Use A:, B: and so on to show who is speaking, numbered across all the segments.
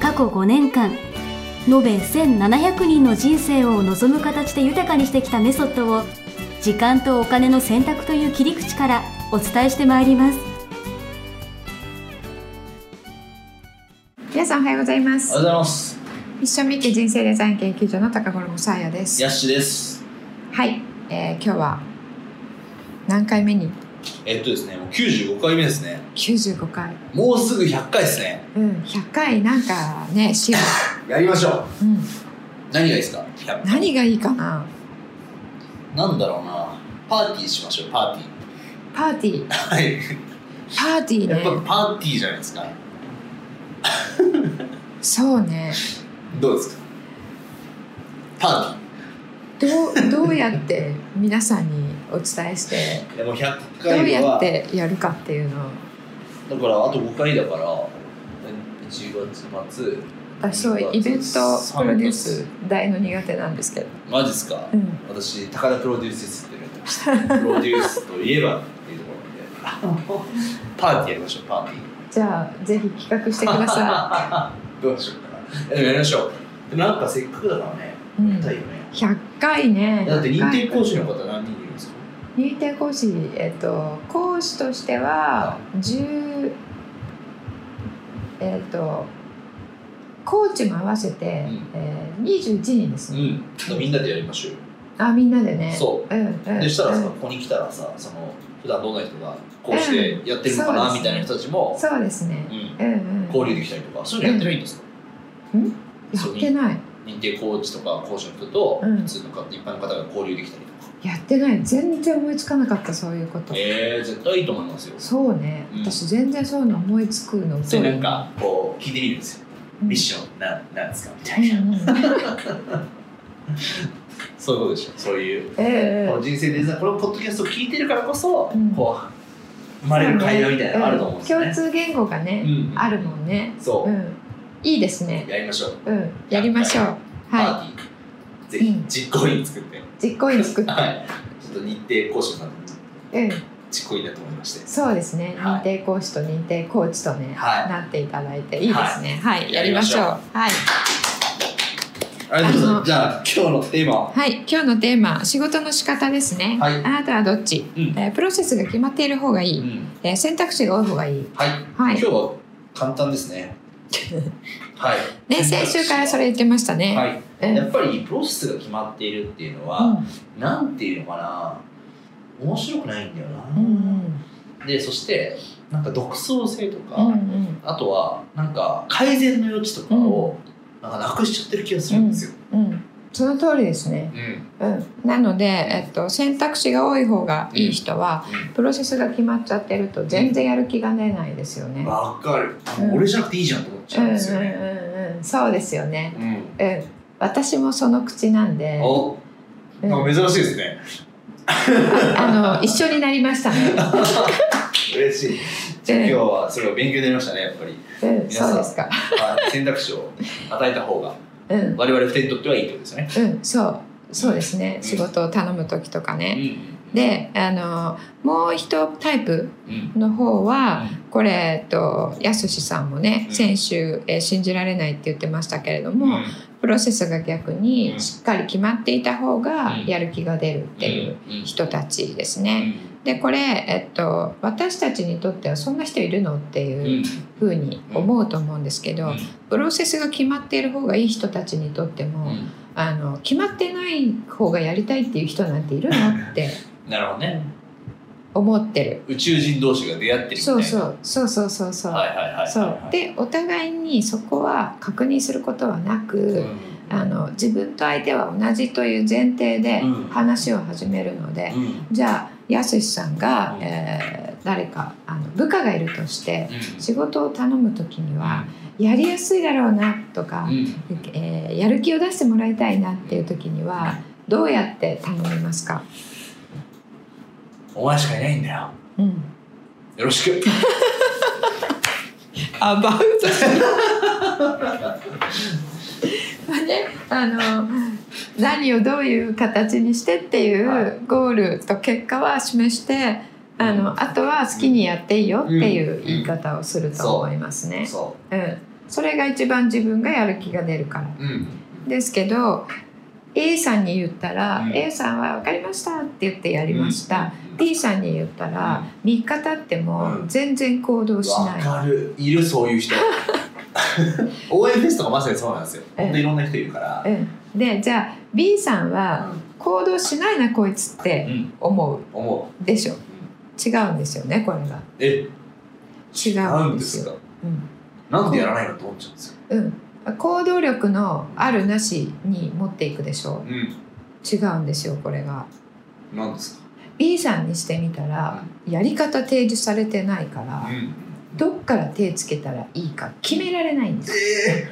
A: 過去5年間延べ1700人の人生を望む形で豊かにしてきたメソッドを時間とお金の選択という切り口からお伝えしてまいります
B: 皆さんおはようございま
C: おはよ
B: す
C: うございます。
B: 一緒ミッキー人生デザイン研究所の高頃もさやです
C: ヤッシーです。
B: はい、えー、今日は何回目に
C: えっとですね、もう95回目ですね。
B: 95回
C: もうすぐ100回ですね。
B: うん100回なんかねシー
C: やりましょ
B: ズ
C: う。
B: ン、うん、
C: 何がいいですか ?100 回。
B: 何がいいかな
C: なんだろうな。パーティーしましょう、パーティ
B: パーティー
C: ー。はい。
B: パーティ
C: やっ
B: ー
C: ぱ
B: ね
C: パーティーじゃないですか。
B: そうね
C: どうですかパ
B: どうどうやって皆さんにお伝えして
C: ーティー。いやもう100
B: どう
C: 回
B: や
C: は、
B: っ
C: だか
B: てやるかっていうのを
C: らあと5回だから、1月末。
B: 私はイベントプロデュース大の苦手なんですけど、
C: マジっすか、
B: うん、
C: 私、高田プロデュース室って言われて ました。プロデュースといえばっていうところなんで。 パーティーやりましょう、パーティー。
B: じゃあぜひ企画してくださ
C: いどうしようかなでもやりましょうでもなんかせっかくだからね
B: い、う
C: や
B: ん
C: りたいよね、
B: 100回ね
C: だって認定講師の方何人いるんですか
B: 認定講師、えっと、講師としては10えっとコーチも合わせて、
C: うん
B: えー、21人です
C: う
B: ね、
C: んだからみんなでやりましょうよ
B: あみんなでね、
C: そう
B: うんうん、
C: でしたら
B: う
C: さ
B: ん
C: ここに来たらさその普段どんな人がこうしてやってるのか
B: うん
C: な
B: そうですね
C: みたいな人たちも、
B: そうですね
C: う、ん、
B: うんうん、
C: 交流できたりとかそういうのやってないんですか、
B: やってない
C: 認定講師とか講師の人と
B: うん
C: 普通のか一般の方が交流できたりとか、
B: やってない全然思いつかなかったそういうこと、
C: えー、絶対いいと思いますよ
B: そうね、
C: うん
B: 私全然そういうの思いつくの
C: でなんかこう聞いてみるんですよ、
B: うん
C: ミッションななんですかみた
B: う
C: いな、
B: んうんうん
C: そういうことでしょそういう
B: ええ
C: この人生デザインこのポッドキャストを聞いてるからこそ、
B: うん
C: こう生まれる会話みたいなのがあると思うんですよね。
B: 共通言語がね、
C: うん
B: あるもんね、
C: そうう、
B: ん、いいですね
C: やりましょう。
B: うん、やりましょう。
C: パ
B: は
C: ーティー、ぜひ
B: うん
C: 実行委員作って、
B: い、実行委員作って、
C: はい、ちょっと日程講師の方
B: う
C: に
B: ん、
C: 実行委員だと思いまして、
B: そうですね。
C: はい
B: 認定講師と認定コーチとね、
C: はい
B: なっていただいていいですね。はい、や
C: や
B: り
C: り
B: ま
C: ま
B: し
C: し
B: ょ
C: ょ
B: う
C: う。
B: はい、
C: ありがとうござい
B: あ
C: ま
B: の
C: す。じゃあ今日のテーマは、
B: はい、今日のテーマ、仕事の仕方ですね。
C: はい
B: あなたはどっち、
C: うん
B: えープロセスが決まっている方がいうい、
C: ん、
B: えー選択肢が多い方がいい。
C: はい、
B: はい
C: 今日は簡単で すね。はい。
B: ね、先週からそれ言ってましたね。
C: はい。
B: うん
C: やっぱりプロセスが決まっているっていうのは、なんていうのかな、面白くないんだよな。
B: うん、うん、
C: でそしてなんか独創性とか、
B: うん、うん、
C: あとはなんか改善の余地とかをなんかなくしちゃってる気がするんですよ。
B: うん、その通りですね。
C: うん
B: うん、なので、えっと、選択肢が多い方がいい人は。プロセスが決まっちゃってると全然やる気が出ないですよね。
C: わかる、
B: うん
C: 俺じゃなくていいじゃんと思っち
B: う
C: ゃ
B: ん
C: う
B: うんん
C: ですよね。
B: うんうん、そうですよね。
C: うん
B: うん、私もその口なんで、
C: お
B: うん
C: なんか珍しいですね。
B: あの一緒になりました ね。
C: 嬉しい。じゃあ今日はそれを勉強になりましたね、やっぱり。
B: うん、
C: 皆さん
B: そうですか。
C: はい選択肢を与えた方が、
B: うん、
C: 我々二人にとってはいいってことですよね。
B: うん、そう、そうですね。
C: ん
B: 仕事を頼む時とか
C: うん
B: ね。
C: うん、
B: で、あのもう一タイプ
C: うん、
B: の方は、
C: う
B: これえっとやすしさんもね、
C: うん
B: 先週、えー信じられないって言ってましたけれども、
C: ん
B: プロセスが逆
C: う
B: に
C: ん
B: しっかり決まっていた方が
C: うん
B: やる気が出るっていう人たちですね。でこれ、えっと、私たちにとってはそんな人いるのって
C: うん
B: いうふうに思うと思うんですけど、プロセスが決まっている方がいい人たちにとって
C: うん
B: も、
C: うん
B: あの決まってない方がやりたいっていう人なんているのって
C: なるほどね。
B: 思ってる。
C: 宇宙人同士が出会ってるみたい
B: そう
C: な。
B: そうそうそうそうそう。
C: はいはいはいはいはい。
B: そうでお互いにそこは確認することはなく、
C: うん、
B: あの自分と相手は同じという前提で
C: うん
B: 話を始めるので、
C: うん、
B: じゃあやすしさんが、
C: うん
B: えー誰かあの部下がいるとして
C: うん
B: 仕事を頼む時には、やりやすいだろうなとか、
C: うん
B: えーやる気を出してもらいたいなっていう時にはどうやって頼みますか、
C: お前しかいないんだよ
B: うん、
C: よろしく
B: アバウトね、あの何をどういう形にしてってい
C: は
B: うゴールと結果は示してあのあとは好きにやっていいよっていう言い方をすると思いますね。
C: そ
B: うん、それが一番自分がやる気が出るから。
C: ううん
B: ですけど A さんに言ったら、
C: うん
B: A さんは「分かりました」って言ってやりました、
C: うん
B: T さんに言ったら3日経って
C: う
B: も
C: ん
B: 全然行動し
C: わ
B: ない、
C: かるいるそうい う人応援フェスとかまさにそうなんですよ
B: ええ
C: ほんといろんな人いるから
B: うん、でじゃあ B さんは行動しないなこいつっ
C: う
B: て
C: ん
B: 思
C: 思う
B: うでしょ違うんですよねこれが
C: え
B: 違
C: な
B: うんん
C: で
B: ですす
C: か
B: よ、うん
C: なんでやらないのと思っちゃうんですよ
B: うん、行動力のあるなしに持っていくでしょ
C: う
B: 違うんですよこれが
C: んなんですか
B: B さんにしてみたらやり方提示されてないから
C: うん
B: どっから手つけたらいいか決められないんですよ
C: え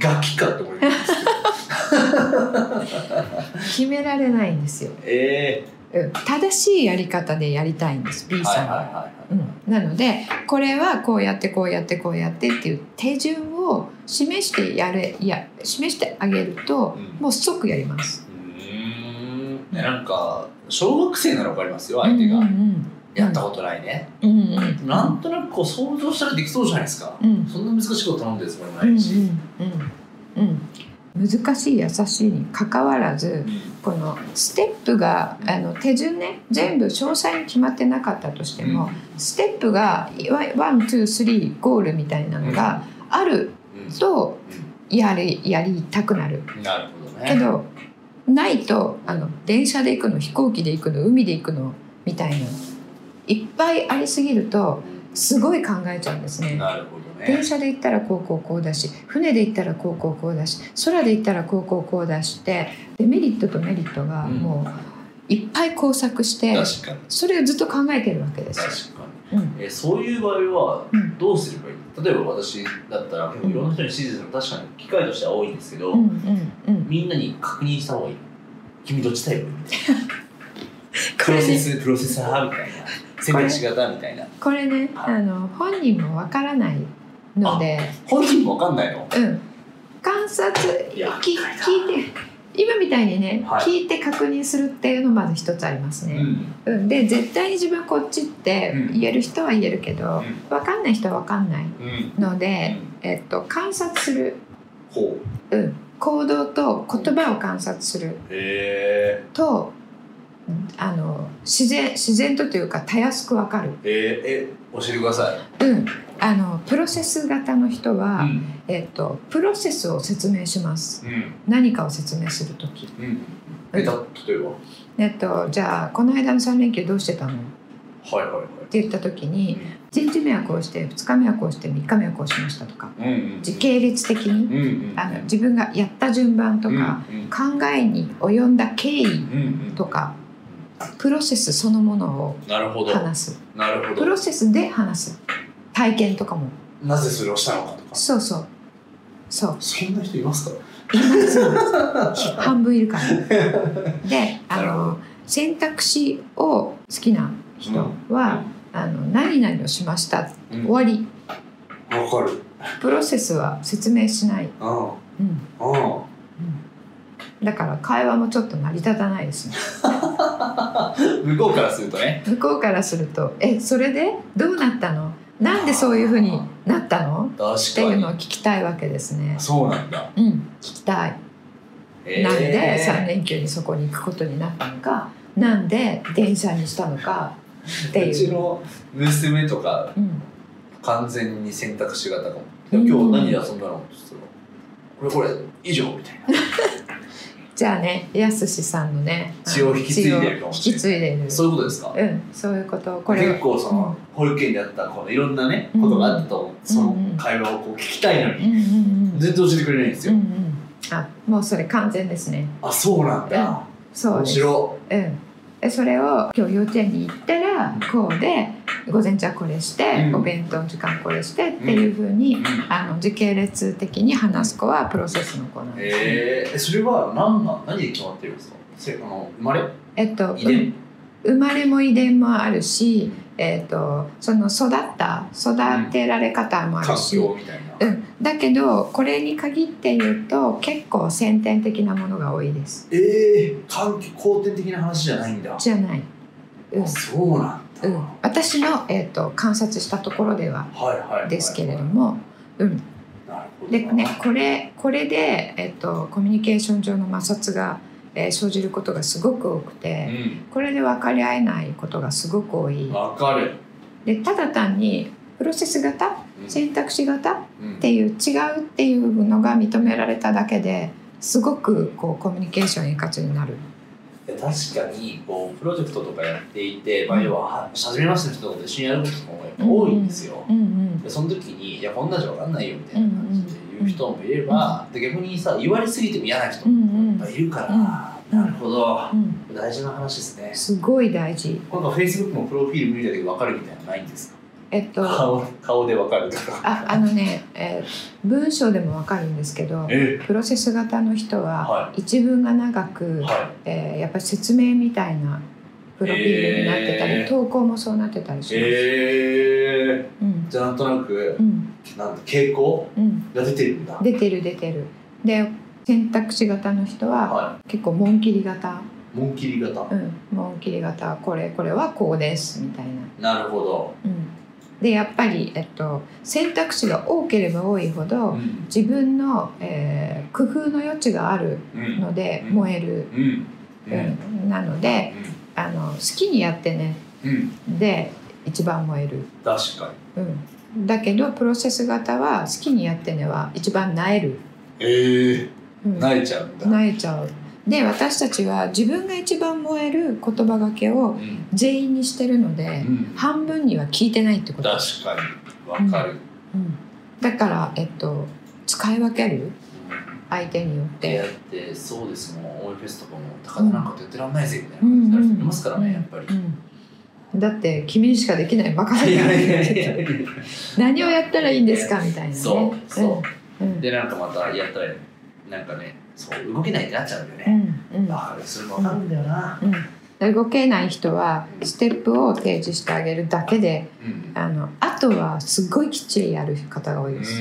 C: ー、ガキかって思います けど
B: 決められないんですよ、
C: え
B: うん、正しいやり方でやりたいんです B
C: ー、
B: さんは。
C: はいはいはいはい
B: うん、なのでこれはこうやってこうやってこうやってっていう手順を示してやれいや示してあげると
C: うん
B: もう即やります。
C: うーんねなんか小学生ならわかりますよ相手
B: うんう
C: が
B: ん
C: やったことないね、
B: うんうんうん
C: なんとなくこう想像したらできそうじゃないですか、
B: うん
C: そんな難しいこと頼んでるつもりも
B: う
C: なんいし、
B: うんうんうん難しい優しいにかかわらずこのステップがあの手順ね全部詳細に決まってなかったとしても、ステップがワンツースリーゴールみたいなのがある
C: うんうん
B: とやりやりたくなる。
C: うんなるほどね
B: けどないとあの電車で行くの飛行機で行くの海で行くのみたいないっぱいありすぎるとすごい考えちゃうんですね。
C: なるほどね
B: 電車で行ったらこうこうこうだし船で行ったらこうこうこうだし空で行ったらこうこうこうだしてデメリットとメリットが
C: うん
B: もういっぱい工作して
C: 確かに
B: それをずっと考えてるわけですよ。
C: 確か
B: うん
C: にえそういう場合は
B: うん
C: どうすればいい例えば私だったら結構いろんな人に指示するの確かに機会としては多いんですけど、
B: うんうんうん、
C: みんなに確認した方がいい君どっちタイプみたい
B: こ
C: なプ
B: れ
C: ロセ
B: ね
C: スプロセス派みたいな選択肢型みたいな
B: これねあの本人もわからないので。
C: 本人もわかんないの
B: うん、観察
C: いや
B: き
C: 深いな
B: 聞いて今みたいにね、
C: はい
B: 聞いて確認するっていうのまず一つあります
C: う
B: ね、
C: ん
B: うんで絶対に自分こっちって
C: うん
B: 言える人は言えるけど、
C: うん
B: 分かんない人は分かんない
C: うん
B: ので、えっと、観察する、
C: ほう
B: うん、行動と言葉を観察する
C: へ
B: とあの自然自然とというかたやすく分かる、
C: ええーえ教えてください
B: うん、あのプロセス型の人は、
C: うん
B: えっと、プロセスを説明します
C: うん
B: 何かを説明する時
C: うんえだ例えば
B: えっと、じゃあこの間の3連休どうしてたのっ
C: はいはいはい
B: て言った時に1日目はこうして2日目はこうして3日目はこうしましたとか
C: うんうんうん
B: 時系列的に
C: うんうん
B: あの自分がやった順番とか
C: うんうん
B: 考えに及んだ経緯
C: うんうん
B: とかプロセスそのもの
C: なるほ
B: を
C: ど
B: 話す
C: なるほ
B: プ
C: ど
B: ロセスで話す体験とかも
C: なぜそれをしたのかとか
B: そうそうそう
C: そんな人いますか
B: 今そうなんです半分いるから であ
C: なるほ
B: の選択肢を好きな人は、あの何々をしました
C: うん
B: 終わり
C: わかる
B: プロセスは説明しない、
C: うん
B: うん、
C: うん
B: だから会話もちょっと成り立たないです ね
C: 向こうからするとね
B: 向こうからすると「えそれでどうなったのなんでそういうふうになったの?」っ
C: 確
B: て
C: か
B: いう
C: に
B: のを聞きたいわけですね。
C: そうなんだ
B: うん、聞きたい
C: え
B: なんで
C: ー
B: 3連休にそこに行くことになったのかなんで電車にしたのかって
C: うち
B: いう。
C: の娘とか
B: うん、
C: 完全に選択肢型かも「で
B: うん
C: も今日何で遊んだの?」って言ったら「これこれ以上」みたいな
B: じゃあねやすしさんのね
C: 血を引き継いでるかもしれ
B: 血を引
C: ない
B: き継いでる
C: そういうことですか
B: うん、そういうことこれ
C: 結
B: は
C: 構その保育園であったこのいろんなね
B: うん
C: ことがあったと思うその
B: うん
C: 会話をこう聞きたいの
B: う
C: に
B: んうんうん
C: 全然教えてくれないんです
B: うん
C: よ
B: うんあもうそれ完全ですね
C: あそうなんだ
B: そう
C: 面
B: です
C: 白
B: うんでそれを今日幼稚園に行ったらこうで午前中はこれして、
C: うん
B: お弁当の時間これしてっていうふうに、あの時系列的に話す子はプロセスの子なんです、ね
C: えー、えそれは何なん何で決まってるんですかせあの生まれ
B: えっと
C: 遺伝
B: 生まれも遺伝もあるし、えっとその育った育てられ方もあ
C: 環
B: るし、
C: 境みたいな、
B: うん、だけどこれに限って言うと結構先天的なものが多いです
C: えー、環境後天的な話じゃないんだ
B: じゃない、うん
C: あそうなんだ、
B: うん、私の、えっと観察したところでは
C: はいはいはいはい
B: ですけれども、うん、
C: なるほど
B: でねこれこれで、えっとコミュニケーション上の摩擦が、えー生じることがすごく多くてこれで分かり合えないことがすごく多
C: う
B: い
C: ん、わかる、
B: でただ単にプロセス型選択肢型っ
C: うん
B: ていう違うっていうのが認められただけですごくこうコミュニケーション円滑になる。
C: いや確かにこうプロジェクトとかやっていて、まあ、要はは初めましての人とかと一緒にやることとかもやっぱ多いんですよ、
B: うんうん
C: でその時に「いやこんなんじゃ分かんないよ」みたいな感じで言う人もいれば、で逆にさ言われすぎても嫌な人
B: うん
C: も
B: う
C: い
B: ん
C: っぱいいるから、
B: うん
C: なるほど、
B: うん、
C: 大事な話ですね
B: すごい大事。
C: 今度フェイスブックのプロフィール見るだけで分かるみたいなのないんですか
B: えっと
C: 顔顔で分かると か
B: ああのね、えー文章でもわかるんですけど
C: え
B: プロセス型の人は
C: は
B: 一文が長く、
C: は
B: えーやっぱり説明みたいなプロフィールになってたり、
C: えー
B: 投稿もそうなってたりし
C: い
B: ます。
C: えー、
B: うん
C: じゃあなんとなく
B: うん
C: なんだ傾向
B: うん、
C: が出てるんだ
B: 出てる出てる。で選択肢型の人は
C: は
B: 結構紋切り型、
C: い紋切り型、
B: うん、紋切り型これこれはこうですみたいな。
C: なるほど、
B: うん、でやっぱり、えっと、選択肢が多ければ多いほど、
C: うん
B: 自分の、えー工夫の余地がある
C: うん
B: ので
C: うん
B: 燃える、
C: うん
B: う
C: うんん
B: なのであの好きにやってね
C: うんうん
B: で一番燃える、
C: 確かに
B: うん、だけどプロセス型は好きにやってねは一番なえる、
C: ええ
B: うん、
C: 泣いちゃうんだ
B: なえちゃうで私たちは自分が一番燃える言葉がけを
C: うん
B: 全員にしてるので、
C: うん
B: 半分には聞いてないってこ
C: 確
B: と
C: か、にわかる、
B: うん、だから、えっと、使い分ける
C: うん
B: 相手によって
C: 出会ってそうですもんオーフェスとかも高田なんかとやってらんないぜみたいな感じになる人いますからねやっぱり、
B: うんだって君にしかできないバカだ
C: い
B: よ
C: やいやいやいや
B: 何をやったらいいんですかみたいなね
C: そうそ
B: うんうん
C: うでなんかまたやったらなんかねそう動けないってなっちゃうんだ
B: う
C: よね、
B: んうん
C: わかるそれもわかるんだよな、
B: うん動けない人はステップを提示してあげるだけで
C: うん
B: あのあとはすごいきっちりやる方が多いです、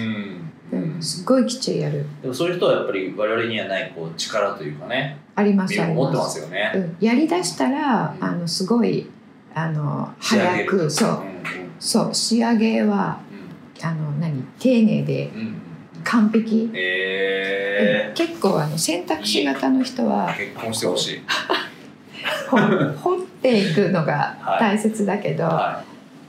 C: う
B: うん
C: ん
B: すごいきっちりやる
C: でもそういう人はやっぱり我々にはないこう力というかね
B: あります
C: 身
B: あ
C: を
B: り
C: 持って
B: ま
C: ますすよね、
B: うん、やりだしたら
C: うん
B: あのすごいあの
C: 仕上げ
B: 早
C: る
B: くそうそう仕上げはあの何丁寧で
C: うんうんうんうん
B: 完璧
C: え
B: 結構あの選択肢型の人
C: ー
B: は
C: 結婚してほしい
B: ほ掘っていくのが大切だけど、
C: は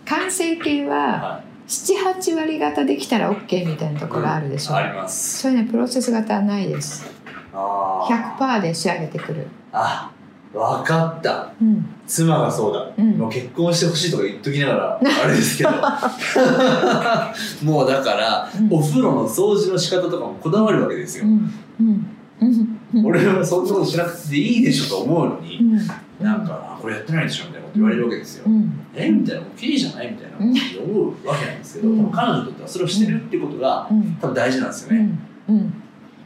B: 完成形
C: い
B: は
C: は
B: 78割方できたら OK みたいなところあるで
C: い
B: しょ、
C: あります
B: それねプロセス型はないです
C: あー
B: 100%で仕上げてくる
C: あわかった
B: うん
C: 妻がそうだ、
B: うん
C: もう結婚してほしいとか言っときながらあれですけど もうだから、
B: うん
C: お風呂の掃除の仕方とかもこだわるわけです
B: う
C: よ、
B: んうんうんうん
C: 俺はそんなことしなくていいでしょと思うのに、
B: うん
C: なんかあこれやってないでしょみたいなこと言われるわけですよ、
B: うん
C: えみたいなもう綺麗じゃないみたいな
B: うん
C: 思うわけなんですけど、
B: うん
C: 多分彼女にとってはそれをしてるってことが
B: うん
C: 多分大事なんですよ
B: う
C: ね、
B: んうん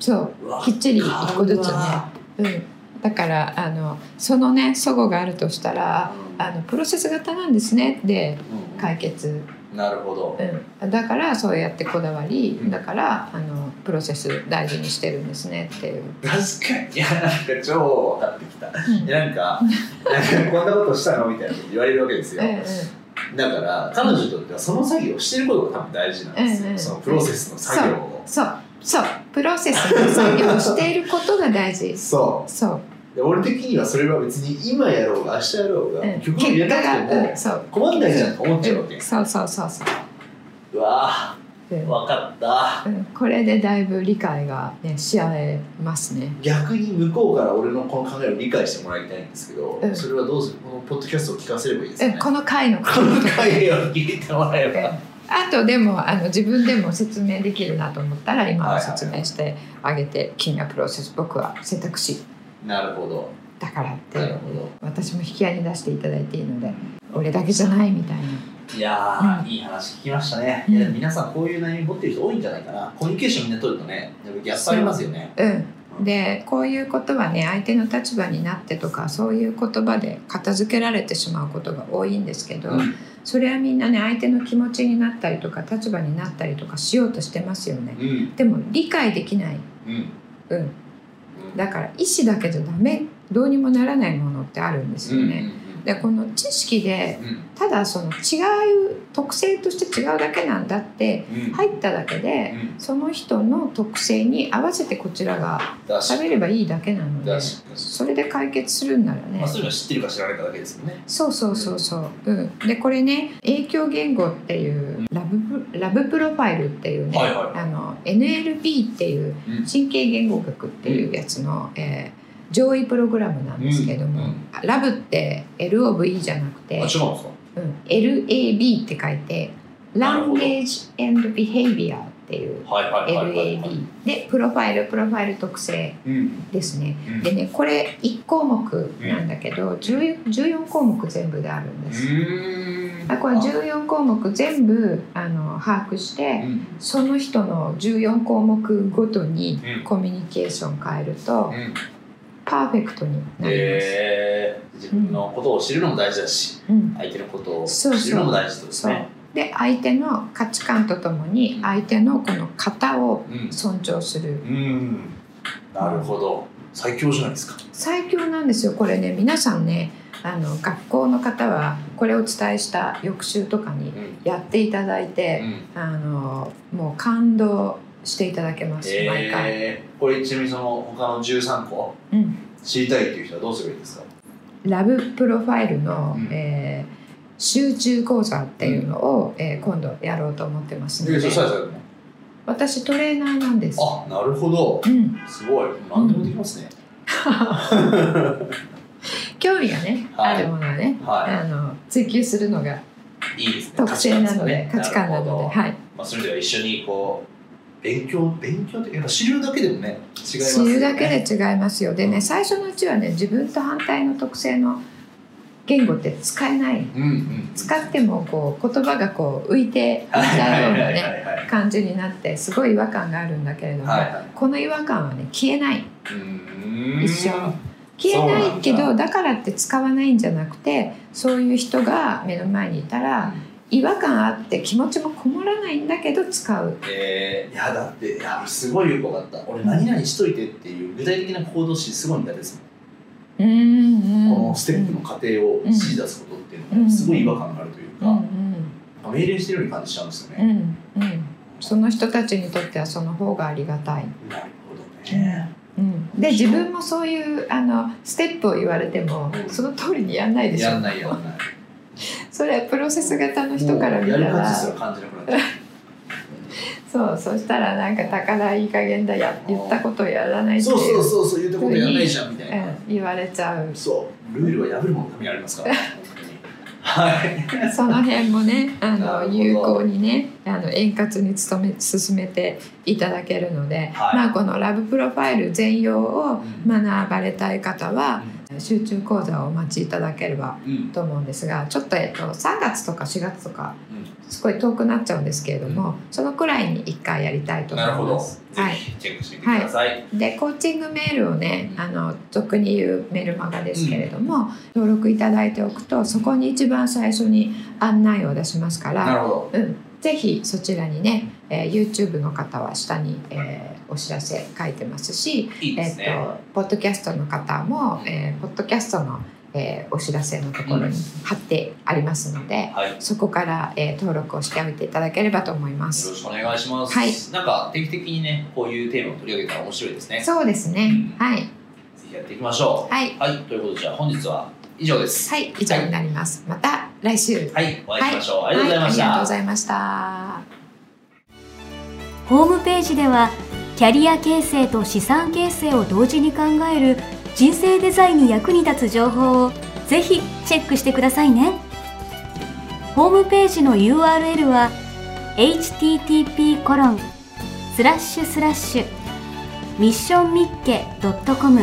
B: そう
C: うわ
B: きっちり一個ずつね
C: うわ
B: うんだからあのそのね齟齬があるとしたらあのプロセス型なんですねで
C: うん
B: 解決
C: なるほど、
B: うん、だからそうやってこだわり、
C: うん
B: だからあのプロセス大事にしてるんですねっていう、
C: 確かにいやなんか超分かってきたいやなんかなんかこんなことしたのみたいなこと言われるわけですよ、
B: ええ
C: だから彼女にとってはその作業をしてることが多分大事なんですよ、
B: うんうん
C: そのプロセスの作業を
B: そうそうプロセスの作業をしていることが大事
C: そ
B: そう
C: うで俺的にはそれは別に今やろうが明日やろうが、
B: うん、
C: 曲を入れなく
B: う
C: ても
B: んそう
C: 困んないじゃんと思っちゃうわけ、
B: うんそうそうそうそう
C: うわ
B: う
C: ー
B: ん
C: 分かった
B: うんこれでだいぶ理解がねし合えますね
C: 逆に向こうから俺のこの考えを理解してもらいたいんですけど、
B: うん
C: それはどうするこのポッドキャストを聞かせればいいですか
B: う
C: ね
B: んこの回の
C: この回を聞いてもらえば
B: あとでもあの自分でも説明できるなと思ったら今は説明してあげて金がプロセス僕は選択肢
C: なるほど
B: だからって
C: なるほど
B: 私も引き合いに出していただいていいので俺だけじゃないみたいな
C: いや
B: う
C: ー、いい話聞きましたね。
B: うん
C: いや皆さん、こういう悩み持ってる人多いんじゃないかな。コミュニケーションみんな取るとね、ギャップありますよね。
B: うん、でこういうことはね相手の立場になってとかそういう言葉で片付けられてしまうことが多いんですけど、
C: うん
B: それはみんなね相手の気持ちになったりとか立場になったりとかしようとしてますよね。
C: うん。
B: でも理解できない、
C: うん。
B: うん、
C: うん
B: だから意思だけじゃダメどうにもならないものってあるんですよ
C: うん
B: ね。でこの知識で
C: うんうん
B: ただその違う特性として違うだけなんだって
C: うん
B: 入っただけで
C: うん
B: その人の特性に合わせてこちらが
C: だし
B: 喋ればいいだけなので
C: だし
B: それで解決するんならね
C: まあ、そういうのは知ってるか知らないかだけですもんね。
B: そうそうそうそう、うん、でこれね影響言語っていうラブプラブプロファイルっていうね、
C: はいはい
B: あの NLP っていう
C: うん
B: 神経言語学っていうやつの、えー上位プログラムなんですけども、
C: うんうん
B: ラブって LOV じゃなくて、
C: あ、違うんですか。
B: うん、LAB って書いて
C: なるほど
B: Language and Behavior っていう
C: はいはいはいはいはい。
B: LAB でプロファイルプロファイル特性
C: うん。
B: ですね
C: うん
B: でねこれ1項目なんだけど、10 14項目全部であるんです。
C: う
B: あこれ14項目全部あの把握して
C: ん。
B: その人の14項目ごとに
C: うん
B: コミュニケーション変えると
C: うん。
B: パーフェクトになります。
C: えー、自分のことを知るのも大事だし、
B: うん
C: 相手のことを知
B: そうそう
C: るのも大事ってことです
B: そう
C: ね。
B: で相手の価値観とともに相手のこの型を
C: うん。
B: 尊重する
C: うん。なるほど。最強じゃないですか。
B: 最強なんですよこれね皆さんねあの学校の方はこれをお伝えした翌週とかに
C: うん。
B: やっていただいて。
C: うん。
B: あのもう感動していただけます、毎回、
C: えー、これちなみにその他の13個
B: うん、
C: 知りたいっていう人はどうすればいいですか
B: ラブプロファイルの、
C: うん
B: えー集中講座っていうのを、えー今度やろうと思ってますの
C: で
B: で
C: そしたらそれも
B: 私トレーナーなんです、
C: あなるほど
B: うん、
C: すごい何でもできますね、
B: 興味がね、
C: はい
B: あるものはね
C: は
B: あの追求するのが
C: いいいですね
B: 特性なので価
C: 価
B: 値
C: 値
B: 観なの
C: 観ですね
B: で
C: るほど
B: はい
C: まあ、それでは一緒にこう勉強勉強ってやっぱ知るだけでもね違います
B: 知
C: よね
B: るだけで違いますよで
C: う
B: ね
C: ん
B: 最初のうちはね自分と反対の特性の言語って使えない
C: うんうん
B: 使ってもこう言葉がこう浮いてい
C: はいは
B: た
C: い
B: よう
C: は
B: ないね
C: はいはい
B: 感じになってすごい違和感があるんだけれども、
C: はいはい
B: この違和感はね消えないう
C: ーん
B: 一緒消えないけ
C: そうな
B: ど
C: ん
B: だからって使わないんじゃなくてそういう人が目の前にいたら違和感あって気持ちもこもらないんだけど使う
C: えー、いやだっていやすごいよくわかった俺何々しといてっていう具体的な行動しすごいんだです
B: うんうん
C: このステップの過程を指示出すことっていう
B: う
C: のが
B: ん
C: すごい違和感があるという
B: うんう
C: か、
B: ん
C: 命令してるように感じちゃうんですよ
B: うんう
C: ね、
B: んその人たちにとってはその方がありがたい、
C: なるほどね、
B: うん、で自分もそういうあのステップを言われてもその通りにやんないでしょ
C: やんないやんない
B: それはプロセス型の人から見た
C: やる価
B: ら
C: 値すら感じなくなっちゃう
B: そうそしたらなんか宝いい加減だや言ったことをやらないって
C: そうそうそうそう言ったことやんないじゃんみたいな、
B: うん言われち ゃう
C: そうルールは破るもののためにありますから本当にはい
B: その辺もねあ
C: なるほ
B: の
C: ど
B: 有効にねあの円滑に努め進めていただけるので、
C: はい
B: まあこのラブプロファイル全容を
C: うん
B: 学ばれたい方は集中講座をお待ちいただければ
C: うん
B: と思うんですがちょっと、えっと、3月とか4月とか
C: う
B: すごい遠くなっちゃうんですけれども、そのくらいに1回やりたいと
C: ん、
B: 思い
C: なるほど
B: ま
C: ぜ
B: す。はい
C: ひチェックしてみてください、
B: でコーチングメールをね
C: うん
B: あの俗に言うメルマガですけれども、登録いただいておくとそこに一番最初に案内を出しますか
C: なる
B: ら、
C: ほど
B: うん、ぜひそちらにね、えー YouTube の方は下に、えーお知らせ書いてますし、
C: いいで
B: え
C: す
B: っ
C: ね、
B: とポッドキャストの方も、えーポッドキャストの、えーお知らせのところに貼ってありますので、
C: はいよ
B: そこから、えー登録をしておいていただければと思いま
C: ろ
B: す。
C: しくお願いします、
B: はい
C: なんか定期的にねこういうテーマを取り上げたら面白いですね
B: そうですね、
C: うん
B: はい、
C: ぜひやっていきましょう
B: はい
C: はい、ということでじゃあ本日は以上です
B: はい、以上になります。また来週。
C: はい、お会いしましょう、
B: はい、
C: ありがとうございまし
B: あ
C: た、
B: りがとうございました。
A: ホームページではキャリア形成と資産形成を同時に考える人生デザインに役に立つ情報をぜひチェックしてくださいねホームページの URL は http コロンスラッシュスラッシュミッションミッケ .com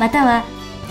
A: または